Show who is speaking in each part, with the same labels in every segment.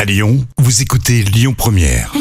Speaker 1: À Lyon, vous écoutez Lyon Première.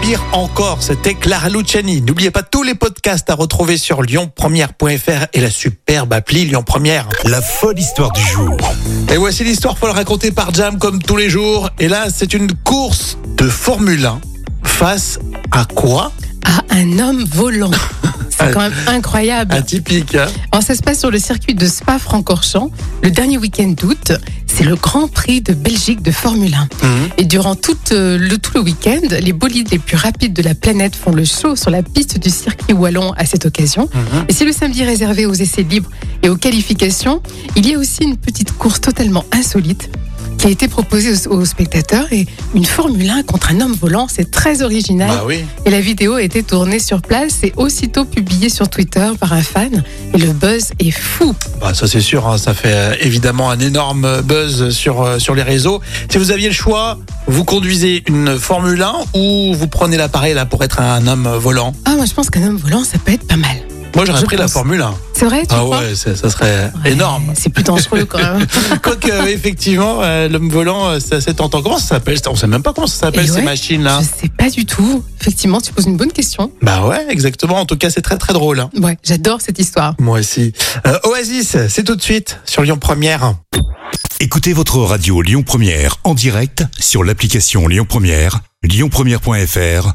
Speaker 2: Pire encore, c'était Clara Luciani. N'oubliez pas tous les podcasts à retrouver sur lyonpremière.fr et la superbe appli Lyon Première.
Speaker 1: La folle histoire du jour.
Speaker 2: Et voici l'histoire folle racontée par Jam comme tous les jours. Et là, c'est une course de Formule 1 face à quoi
Speaker 3: à un homme volant. C'est quand même incroyable.
Speaker 2: Atypique. hein
Speaker 3: Alors, ça se passe sur le circuit de Spa-Francorchamps le dernier week-end d'août. C'est le Grand Prix de Belgique de Formule 1.
Speaker 2: Hmm.
Speaker 3: Et durant tout, euh, le, tout le week-end, les bolides les plus rapides de la planète font le show sur la piste du circuit wallon à cette occasion.
Speaker 2: Mhm.
Speaker 3: Et si le samedi est réservé aux essais libres et aux qualifications, il y a aussi une petite course totalement insolite qui a été proposée aux, aux spectateurs et une Formule 1 contre un homme volant, c'est très original.
Speaker 2: Bah oui.
Speaker 3: Et la vidéo a été tournée sur place et aussitôt publiée sur Twitter par un fan. Et le buzz est fou.
Speaker 2: Bah, ça c'est sûr, hein, ça fait euh, évidemment un énorme buzz sur, euh, sur les réseaux. Si vous aviez le choix, vous conduisez une Formule 1 ou vous prenez l'appareil là pour être un homme volant
Speaker 3: Ah, moi je pense qu'un homme volant, ça peut être pas mal.
Speaker 2: Moi j'aurais
Speaker 3: Je
Speaker 2: pris la
Speaker 3: pense.
Speaker 2: Formule 1.
Speaker 3: C'est vrai, tu
Speaker 2: Ah
Speaker 3: crois
Speaker 2: ouais, c'est- ça serait
Speaker 3: Ouais,
Speaker 2: énorme.
Speaker 3: C'est plus dangereux quand même.
Speaker 2: Quoique, euh, effectivement, euh, l'homme volant, euh, c'est assez tentant. Comment ça s'appelle On sait même pas comment ça s'appelle
Speaker 3: Et
Speaker 2: ces
Speaker 3: ouais.
Speaker 2: machines-là.
Speaker 3: Je sais pas du tout. Effectivement, tu poses une bonne question.
Speaker 2: Bah ouais, exactement. En tout cas, c'est très très drôle. hein.
Speaker 3: Ouais, j'adore cette histoire.
Speaker 2: Moi aussi. Euh, Oasis, c'est tout de suite sur Lyon Première.
Speaker 1: Écoutez votre radio Lyon Première en direct sur l'application Lyon Première, lyonpremière.fr